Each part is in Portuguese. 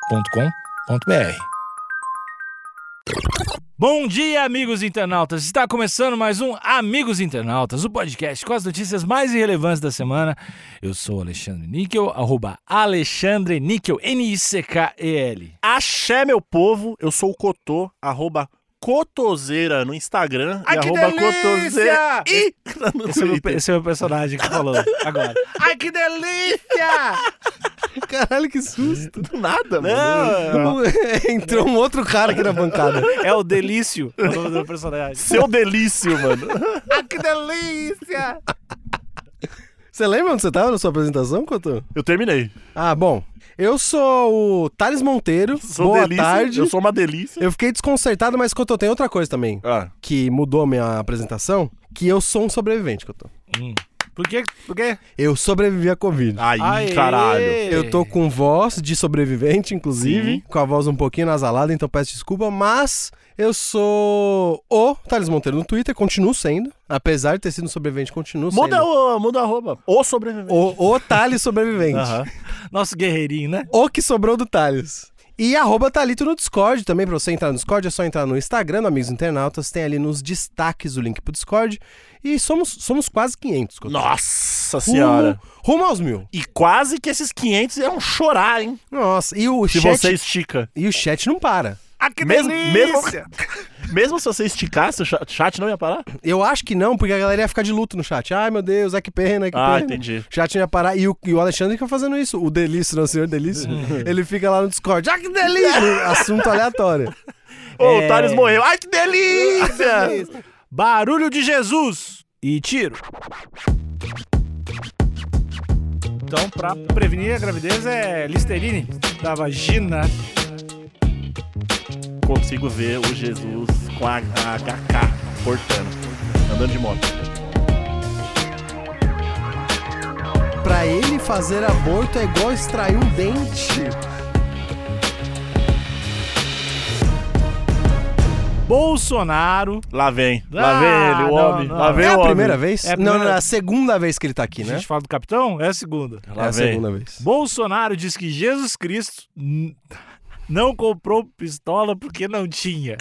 agenciadepodcast.com.br. Bom dia, amigos internautas. Está começando mais um Amigos Internautas, o podcast com as notícias mais irrelevantes da semana. Eu sou Alexandre Níquel, arroba Alexandre Níquel, N-I-C-K-E-L. Axé, meu povo, eu sou o Cotô, arroba Cotoseira no Instagram Ai, e Ah, que arroba delícia! Cotoseira e no Esse é, o meu, Twitter. esse é o meu personagem que falou agora. Ai, que delícia! Caralho, que susto. Do nada, mano. Não, Entrou um outro cara aqui na bancada. é o Delício, é o nome do personagem. Seu delício, mano. Ai, que delícia! Você lembra onde você tava na sua apresentação, Couto? Eu terminei. Ah, bom. Eu sou o Thales Monteiro. Sou Boa delícia, tarde. Eu sou uma delícia. Eu fiquei desconcertado, mas Couto, tem outra coisa também Ah, que mudou a minha apresentação, que eu sou um sobrevivente, Couto. Por quê? Por quê? Eu sobrevivi à Covid. aí, Aê! caralho. Eu tô com voz de sobrevivente, inclusive, Sim. com a voz um pouquinho nasalada, então peço desculpa, mas eu sou o Thales Monteiro no Twitter, continuo sendo, apesar de ter sido um sobrevivente, continuo Muda sendo. o, muda o arroba. O sobrevivente. O, o Thales sobrevivente. Aham. Nosso guerreirinho, né? O que sobrou do Thales. E arroba Thalito no Discord também, pra você entrar no Discord, é só entrar no Instagram, no Amigos Internautas, tem ali nos destaques o link pro Discord. E somos, somos quase 500. Cotô. Nossa Rumo- senhora. Rumo aos mil. E quase que esses 500 é um chorar, hein? Nossa, e o, Se chat, você estica. e o chat não para. Ai, Ah, que Mesmo, mesmo, delícia! mesmo se você esticasse, o cha- chat não ia parar? Eu acho que não, porque a galera ia ficar de luto no chat. Ai, meu Deus, ai que pena, ai que Ah, pena. entendi. O chat não ia parar. E o, e o Alexandre fica fazendo isso. O Delício, não, o senhor Delício. ele fica lá no Discord. Ai, que delício! Assunto aleatório. Ô, É. o Thales morreu. Ai, que É delícia! Barulho de Jesus e tiro. Então, pra prevenir a gravidez é Listerine da vagina. consigo ver o Jesus com a a HK portando, andando de moto. Pra ele fazer aborto é igual extrair um dente. Bolsonaro. Lá vem, lá Ah, vem ele, o não, homem, não. lá vem É o a homem. primeira vez? É a Não, primeira não, é a vez. segunda vez que ele tá aqui, A né? gente fala do capitão? É a segunda. É Lá a vem. segunda vez. Bolsonaro diz que Jesus Cristo n- não comprou pistola porque não tinha.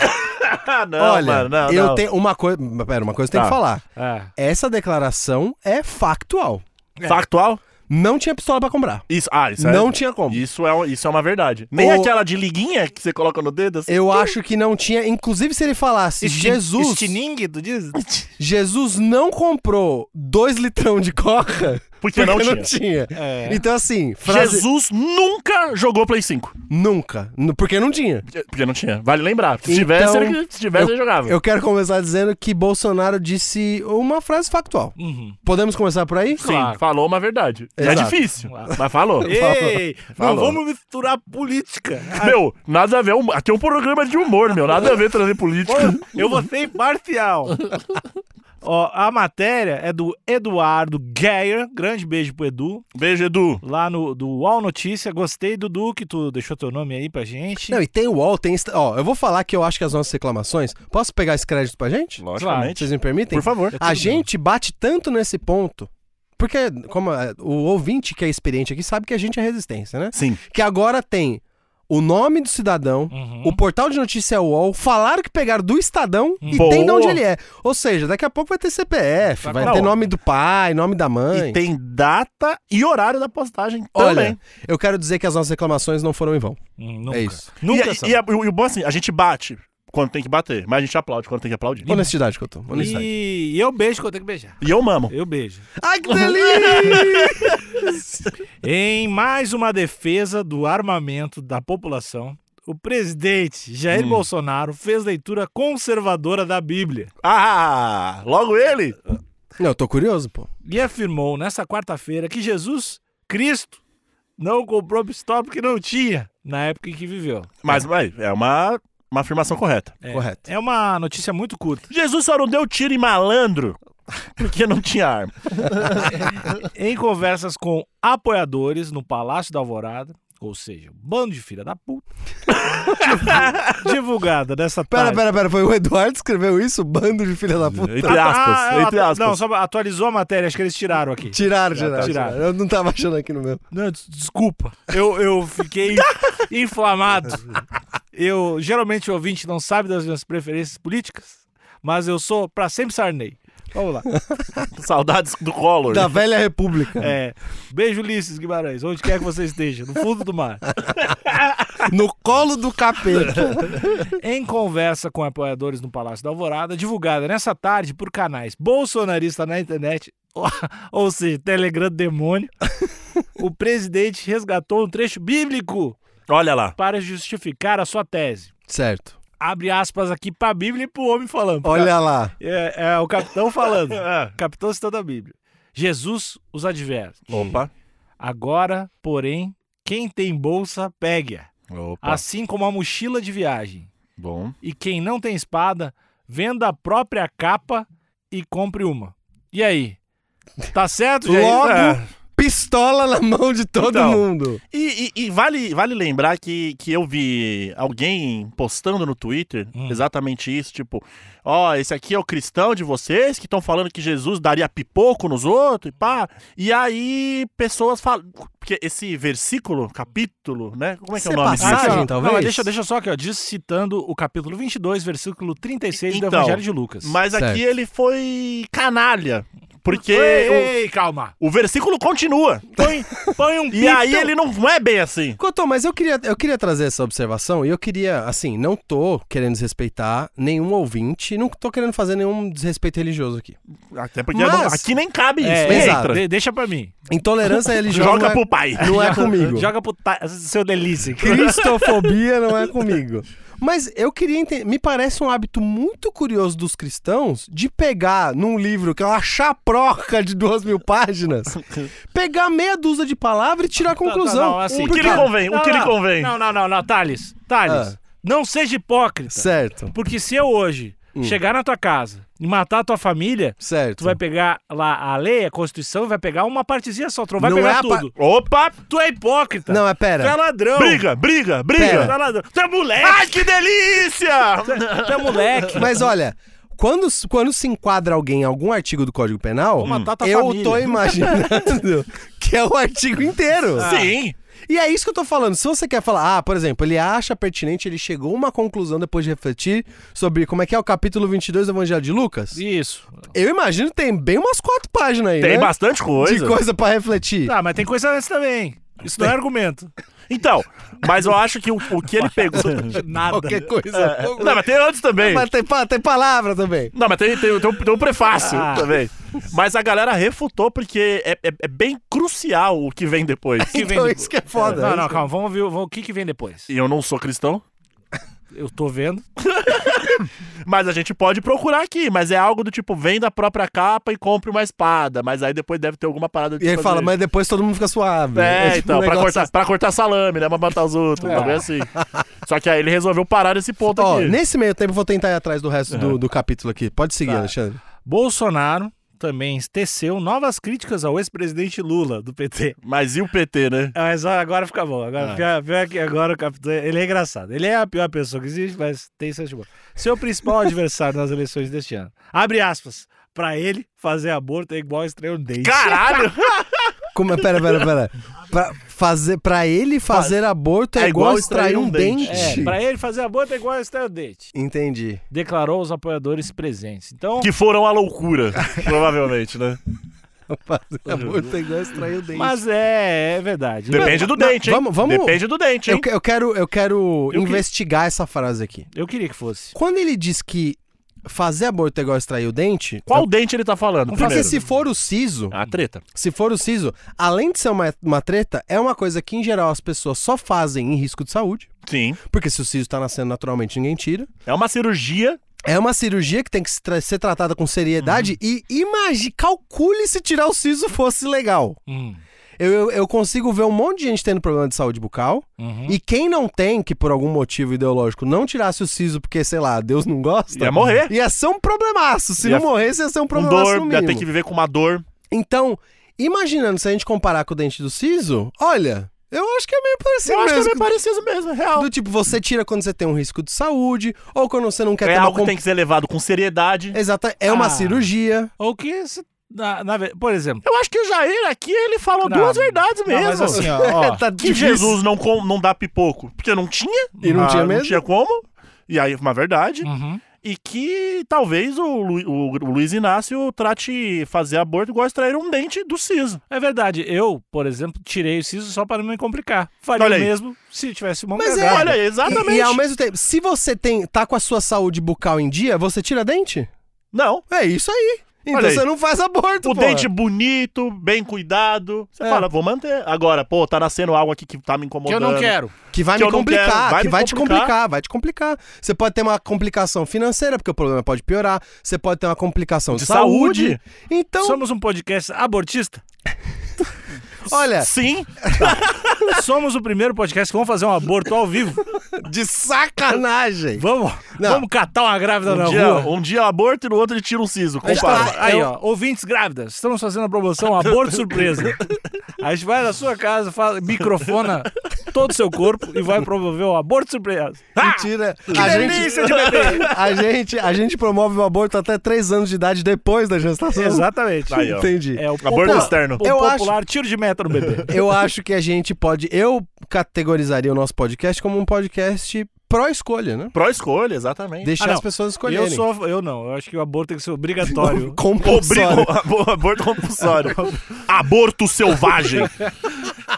Ah, não, Olha, mano, não, eu não. tenho uma coisa. Pera, uma coisa eu tenho Tá. que falar. Ah, Essa declaração é factual. Factual? Não tinha pistola pra comprar. Isso, ah, isso não é... tinha como. Isso é, um- isso é uma verdade. Nem O- aquela de liguinha que você coloca no dedo assim. Eu acho que não tinha. Inclusive, se ele falasse Esti- Jesus. Estiningue, tu diz? Jesus não comprou dois litrão de coca. Porque não tinha. É. Então, assim, frase. Jesus nunca jogou Play 5. Nunca. N- Porque não tinha. Porque não tinha. Vale lembrar. Se Então, tivesse, ele, se tivesse ele jogava. Eu quero começar dizendo que Bolsonaro disse uma frase factual. Uhum. Podemos começar por aí? Sim, claro. falou uma verdade. É Exato. difícil, Claro. mas falou. Ei, não Falou. vamos misturar política. Meu, nada a ver. um- Aqui é um programa de humor, meu. Nada a ver trazer política. Eu vou ser imparcial. Ó, a matéria é do Eduardo Geyer. Grande beijo pro Edu. Beijo, Edu. Lá no do UOL Notícia. Gostei, Dudu, que tu deixou teu nome aí pra gente. Não, e tem o UOL, tem. Insta- Ó, eu vou falar que eu acho que as nossas reclamações. Posso pegar esse crédito pra gente? Logicamente. Ah, Vocês me permitem? Por favor. A gente bate tanto nesse ponto. Porque, como é, o ouvinte que é experiente aqui sabe que a gente é resistência, né? Sim. Que agora tem o nome do cidadão, Uhum. o portal de notícia é o UOL, falaram que pegaram do Estadão e Boa. tem de onde ele é. Ou seja, daqui a pouco vai ter CPF, Tá vai com- ter Não. nome do pai, nome da mãe. E tem data e horário da postagem Olha, também. eu quero dizer que as nossas reclamações não foram em vão. Hum, nunca. É isso. Nunca e, a- são. e, a- e o bom assim, a gente bate quando tem que bater, mas a gente aplaude quando tem que aplaudir. Honestidade que eu tô. Honestidade. E eu beijo que eu tenho que beijar. E eu mamo. Eu beijo. Ai, que delícia! Em mais uma defesa do armamento da população, o presidente Jair Bolsonaro fez leitura conservadora da Bíblia. Ah, logo ele? não, eu tô curioso, pô. e afirmou nesta quarta-feira que Jesus Cristo não comprou pistola porque não tinha na época em que viveu. Mas, mas é uma, uma afirmação correta. É, Correto. É uma notícia muito curta. Jesus só não deu tiro em malandro porque não tinha arma. Em conversas com apoiadores no Palácio da Alvorada, Ou seja, um bando de filha da puta. divulgada dessa Pera, tarde. pera, pera, foi o Eduardo que escreveu isso? Bando de filha da puta. Entre aspas, entre atu- aspas. Ah, Não, só atualizou a matéria, acho que eles tiraram aqui. Tiraram, tiraram, tiraram. tiraram. Eu não tava achando aqui no meu. Não, des- desculpa. Eu, eu fiquei inflamado. Eu geralmente o ouvinte não sabe das minhas preferências políticas, mas eu sou pra sempre Sarney. Vamos lá. Saudades do Collor. Da velha república. É, beijo Ulisses Guimarães, onde quer que você esteja, no fundo do mar. No colo do capeta. Em conversa com apoiadores no Palácio da Alvorada, divulgada nessa tarde por canais bolsonaristas na internet, ou seja, Telegram do demônio, o presidente resgatou um trecho bíblico Olha lá. para justificar a sua tese. certo. Abre aspas aqui pra Bíblia e pro homem falando. Olha lá. É, é o capitão falando. É. capitão citando a Bíblia. Jesus os adverte. Opa. Agora, porém, quem tem bolsa, pegue-a. Opa. Assim como a mochila de viagem. Bom. E quem não tem espada, venda a própria capa e compre uma. E aí? Tá certo, gente? Logo, É. pistola na mão de todo Então. mundo. E, e- e vale, vale lembrar que, que eu vi alguém postando no Twitter Hum. exatamente isso, tipo, ó, esse aqui é o cristão de vocês que estão falando que Jesus daria pipoco nos outros e pá. E aí pessoas falam, porque esse versículo, capítulo, né? Como é que é o nome? Ah, Passagem, aqui, ó. talvez? Não, mas deixa, deixa só aqui, ó. Diz citando o capítulo 22, versículo 36 do Então, Evangelho de Lucas. Mas aqui Certo. ele foi canalha, porque Ei, o- ei, calma. o, versículo continua. Põe, põe um E aí ele não é bem assim. Cotô, mas eu queria, eu queria trazer essa observação e eu queria, assim, não tô querendo desrespeitar nenhum ouvinte, não tô querendo fazer nenhum desrespeito religioso aqui. Até porque Mas- não- aqui nem cabe isso. É, nem exato. entra. de- deixa pra mim. Intolerância religiosa Joga não é, pro pai. não Tá é comigo. Joga pro ta- seu delícia. aqui. Tá, Cristofobia não é comigo. Mas eu queria entender. Me parece um hábito muito curioso dos cristãos de pegar num livro que é uma chaproca de duas mil páginas, pegar meia dúzia de palavras e tirar a conclusão. Não, não, assim, O que lhe cara, convém, o não, que lhe não. convém. Não, não, não, não, Thales. Thales, Ah. não seja hipócrita. Certo, Porque se eu hoje chegar na tua casa e matar a tua família, certo. tu vai tá. pegar lá a lei, a Constituição, e vai pegar uma partezinha só, tu não vai Não pegar é a pa- tudo. Opa! Tu é hipócrita. Não, é... é Tu é pera. ladrão. Briga, briga, Tá Tu briga! é ladrão. Tu é moleque. Ai, que delícia! Tu é moleque. Mas olha, quando, quando se enquadra alguém em algum artigo do Código Penal, matar tua eu família. tô imaginando que é o artigo inteiro. Ah. Sim! E é isso que eu tô falando. Se você quer falar, ah, por exemplo, ele acha pertinente, ele chegou a uma conclusão depois de refletir sobre como é que é o capítulo 22 do Evangelho de Lucas. Isso. Eu imagino que tem bem umas quatro páginas aí, Tem né? bastante coisa. De coisa pra refletir. Tá, mas tem coisa antes também. Isso não é argumento. Então, mas eu acho que o, o que ele pegou. Nada. Qualquer coisa. É. Não, mas tem antes também. Mas tem, pa- tem palavra também. Não, mas tem, tem, tem um, tem um prefácio Ah. também. Mas a galera refutou porque é, é- é bem crucial o que vem depois. que vem então depois? isso que é foda. Não, não, calma. Vamos ver o vamos- o que, que vem depois. E eu não sou cristão, Eu tô vendo. mas a gente pode procurar aqui. Mas é algo do tipo, vem da própria capa e compre uma espada. Mas aí depois deve ter alguma parada de E ele fazer- fala, mas depois todo mundo fica suave. É, tipo um então, pra negócio cortar, pra cortar salame, né? Pra matar os outros, É. é. assim. Só que aí ele resolveu parar nesse ponto Ó, aqui. nesse meio tempo eu vou tentar ir atrás do resto do, do capítulo aqui. Pode seguir, Tá. Alexandre. Bolsonaro também teceu novas críticas ao ex-presidente Lula, do PT. Mas e o PT, né? Ah, Mas agora fica bom. Agora, Ah. pior, pior que agora o capitão. Ele é engraçado. Ele é a pior pessoa que existe, mas tem seus bom. Seu principal adversário nas eleições deste ano. Abre aspas. Pra ele, fazer aborto é igual estreia um dente. Caralho! Como, pera, pera, pera. Pra, fazer, pra ele fazer aborto é, é igual igual extrair um dente. É, pra ele fazer aborto é igual estreia um dente. Entendi. Declarou os apoiadores presentes. Então, Que foram a loucura, provavelmente, né? Fazer aborto é igual extrair o dente. mas é, é verdade. Depende do Não, dente, hein? vamos- vamos- Depende do dente, eu, hein? que- eu quero, eu quero Eu que- investigar essa frase aqui. Eu queria que fosse. Quando ele diz que fazer aborto é igual extrair o dente. Qual eu- dente ele tá falando? Porque primeiro? se for o siso, A treta. se for o siso, além de ser uma, uma treta, é uma coisa que em geral as pessoas só fazem em risco de saúde. Sim. Porque se o siso tá nascendo naturalmente, ninguém tira. É uma cirurgia. É uma cirurgia que tem que se tra- ser tratada com Uhum. seriedade e imagine, calcule se tirar o siso fosse legal. Hum, Eu, eu, eu consigo ver um monte de gente tendo problema de saúde bucal. uhum. E quem não tem, que por algum motivo ideológico não tirasse o siso porque, sei lá, Deus não gosta. Ia morrer. Ia ser um problemaço. Se Ia- não morresse, ia ser um Com problemaço no dor, ia ter mínimo. que viver com uma dor. Então, imaginando se a gente comparar com o dente do siso, olha, Eu acho que é meio parecido eu acho que é mesmo. meio parecido mesmo, é real. Do tipo, você tira quando você tem um risco de saúde, ou quando você não quer É tomar... algo que com- tem que ser levado com seriedade. Exata, é uma Ah. cirurgia. Ou que, se- na- na ve- por exemplo, Eu acho que o Jair aqui, ele falou Não, duas verdades mesmo. não, mas assim, ó, ó, Tá que difícil. Jesus não, com- não dá pipoco, porque não tinha. Ah, E não tinha mesmo? Não tinha como. E aí, uma verdade. uhum. E que talvez o, Lu- o- o Luiz Inácio trate fazer aborto igual extrair um dente do siso. é verdade. Eu, por exemplo, tirei o siso só para não me complicar. Faria Olha o aí. mesmo se tivesse uma Mas é, mulher. Olha aí, E, exatamente. e ao mesmo tempo, se você tem, tá com a sua saúde bucal em dia, você tira dente? Não. É isso aí. Então Olha aí. você não faz aborto, O porra. dente bonito, bem cuidado. Você É. fala, vou manter. Agora, pô, tá nascendo algo aqui que tá me Que eu incomodando. não quero. Que vai que me eu não complicar, quero, vai que me vai te complicar. complicar, vai te complicar. Você pode ter uma complicação financeira, porque o problema pode piorar. Você pode ter uma complicação de, De saúde. é Então, Somos um podcast abortista. um olha, Sim, Somos o primeiro podcast que vamos fazer um aborto ao vivo. de sacanagem. Vamos, Não. vamos catar uma grávida na um dia, rua. um dia aborto e no outro ele tira um siso. gente Compara. tá- Aí, eu- ó, ouvintes grávidas, estamos fazendo a promoção Aborto Surpresa. A gente vai na sua casa, faz, microfona todo o seu corpo e vai promover o Aborto Surpresa. Ah! Mentira. Que delícia de bebê. né? a gente, a gente promove o aborto até 3 anos de idade depois da gestação. Exatamente. Aí, ó. Entendi. É o Aborto popu- externo. O Eu popular tiro de meta no bebê. Eu acho que a gente pode. Eu categorizaria o nosso podcast como um podcast pró-escolha, né? Pró-escolha, exatamente. Deixar Ah, não. as pessoas escolherem. Eu sou, eu não, eu acho que o aborto tem que ser obrigatório. compulsório. Obrigo, abo- aborto compulsório. aborto selvagem.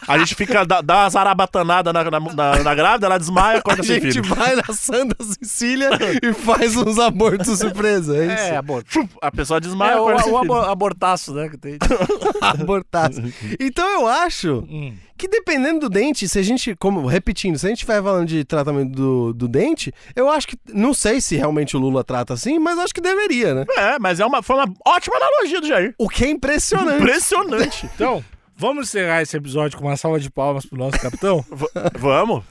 A gente fica, dá, dá uma zarabatanada na, na, na- na grávida, ela desmaia, A acorda sem gente filho. vai na Santa Cecília e faz uns abortos surpresa. É isso. é, aborto. Chup, A pessoa desmaia, É, o, acorda sem o filho. abo- abortaço, né? Que tem. Abortaço. Então eu acho Hum. que dependendo do dente, se a gente, como repetindo, se a gente vai falando de tratamento do, do dente, eu acho que. Não sei se realmente o Lula trata assim, mas acho que deveria, né? É, mas é uma, foi uma ótima analogia do Jair. O que é impressionante. Impressionante. Então, vamos encerrar esse episódio com uma salva de palmas pro nosso capitão? V- vamos?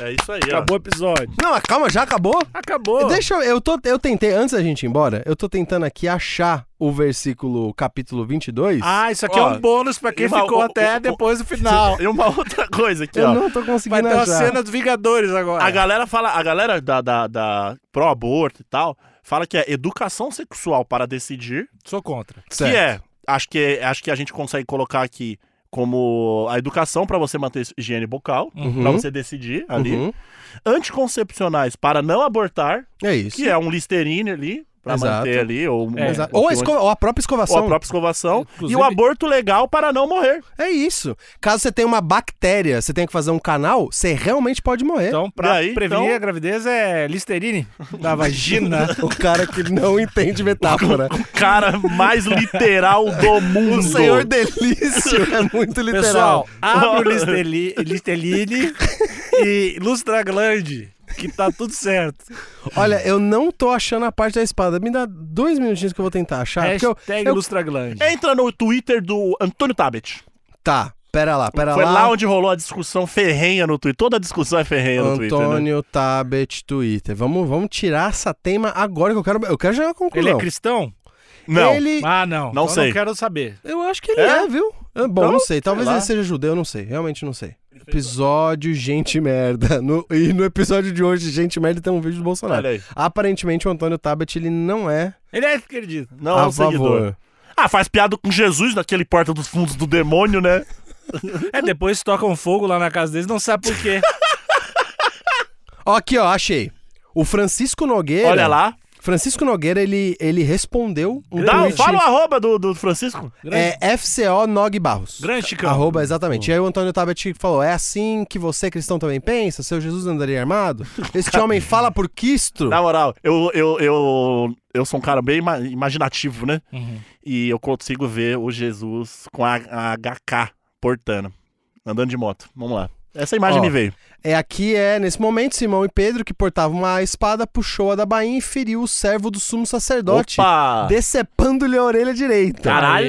É isso aí, Acabou o episódio. Não, mas calma, já acabou? Acabou. Deixa eu. Eu, tô, eu tentei, antes da gente ir embora, eu tô tentando aqui achar o versículo capítulo 22. Ah, isso aqui Ó, é um bônus pra quem uma- ficou o- até o- depois do final. ó. E uma outra coisa aqui, eu ó. não tô Vai conseguindo ter uma achar. cena dos Vingadores agora. A galera fala, a galera da, da, da pró-aborto e tal, fala que é educação sexual para decidir Sou contra. Certo. Que é, acho que, acho que a gente consegue colocar aqui como a educação para você manter higiene bucal, Uhum. para você decidir ali. Uhum. Anticoncepcionais para não abortar, É isso. que é um listerine ali, para Exato. manter ali, ou, um- É. Exa- ou Ou, a que- escova- ou a própria ou escovação. a própria escovação. Inclusive- E o aborto legal para não morrer. É isso. Caso você tenha uma bactéria, você tenha que fazer um canal, você realmente pode morrer. Então, pra E aí, prevenir então- a gravidez é Listerine da vagina. o cara que não entende metáfora. O cara mais literal do mundo. o senhor delício é muito literal. Pessoal, abre o Listeli- Listeline e lustra a glande, que tá tudo certo. Olha, eu não tô achando a parte da espada. Me dá dois minutinhos que eu vou tentar achar. porque eu- Hashtag eu- lustra glande. Entra no Twitter do Antônio Tabet. Tá, pera lá, pera Foi lá. lá onde rolou a discussão ferrenha no Twitter. Toda discussão é ferrenha no Twitter. né? Antônio Tabet Twitter. Vamos, vamos tirar essa tema agora que eu quero. Eu quero já Ele é conclusão. cristão? Não. Ele- Ah, não. Não Então sei. Não quero saber. Eu acho que ele é, É? viu? Ah, Bom, Então, não sei. Talvez sei lá. ele seja judeu, não sei. Realmente não sei. Episódio Gente Merda. No- e no episódio de hoje, Gente Merda, tem um vídeo do Bolsonaro. Olha aí. Aparentemente, o Antônio Tabet, ele não é Ele é esquerdista. Não é a um seguidor. favor. Ah, faz piada com Jesus naquele porta dos fundos do demônio, né? É, depois tocam fogo lá na casa deles, não sabe por quê. Ó, aqui, ó, achei. O Francisco Nogueira... Olha lá. Francisco Nogueira, ele, ele respondeu é um Dá, tweet... fala o arroba do, do Francisco. Grande, É FCO Nog Barros. grande Chicão. Arroba, exatamente. E aí o Antônio Tabet falou: é assim que você, cristão, também pensa? Seu Jesus andaria armado? Este homem fala por Cristo? Na moral, eu, eu, eu, eu sou um cara bem ima- imaginativo, né? Uhum. E eu consigo ver o Jesus com a, a HK portando, andando de moto. Vamos lá. Essa imagem Ó. me veio. É aqui é, nesse momento, Simão e Pedro, que portavam uma espada, puxou a da bainha e feriu o servo do sumo sacerdote, Opa! decepando-lhe a orelha direita. Caralho!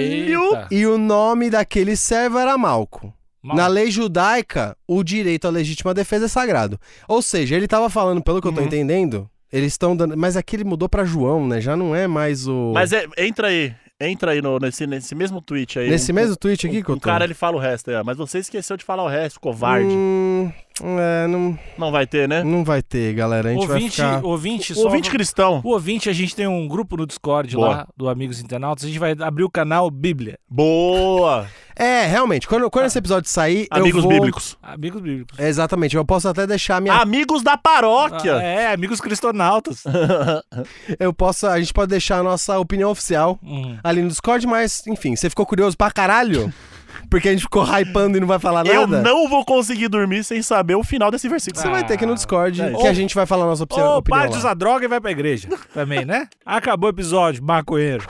Eita. E o nome daquele servo era Malco. Mal- Na lei judaica, o direito à legítima defesa é sagrado. Ou seja, ele tava falando, pelo que eu tô Uhum. entendendo, eles estão dando. Mas aqui ele mudou pra João, né? Já não é mais o. Mas é, entra aí. Entra aí no- nesse, nesse mesmo tweet aí. Nesse um, mesmo tweet aqui, um, um Cotô? cara ele fala o resto, é, mas você esqueceu de falar o resto, covarde. Hum, é, não, Não vai ter, né? não vai ter, galera. A gente Ouvinte, vai ficar... ouvinte, só- Ouvinte cristão. O ouvinte, a gente tem um grupo no Discord Boa. lá, do Amigos Internautas. A gente vai abrir o canal Bíblia. Boa! É, realmente, quando, quando esse episódio sair, Ah. Amigos eu vou... bíblicos. Amigos Bíblicos. É, Exatamente, eu posso até deixar a minha. Amigos da Ah, paróquia. é, Amigos Cristonautas. Ah. Eu posso, a gente pode deixar a nossa opinião oficial Hum. ali no Discord, mas enfim, você ficou curioso pra caralho? Porque a gente ficou hypando e não vai falar Eu nada? não vou conseguir dormir sem saber o final desse versículo. Você vai ter que ir no Discord, Ah, é. que a gente vai falar a nossa opci- Ou opinião. para de lá. usar droga e vai pra igreja. Também, né? Acabou o episódio, maconheiro.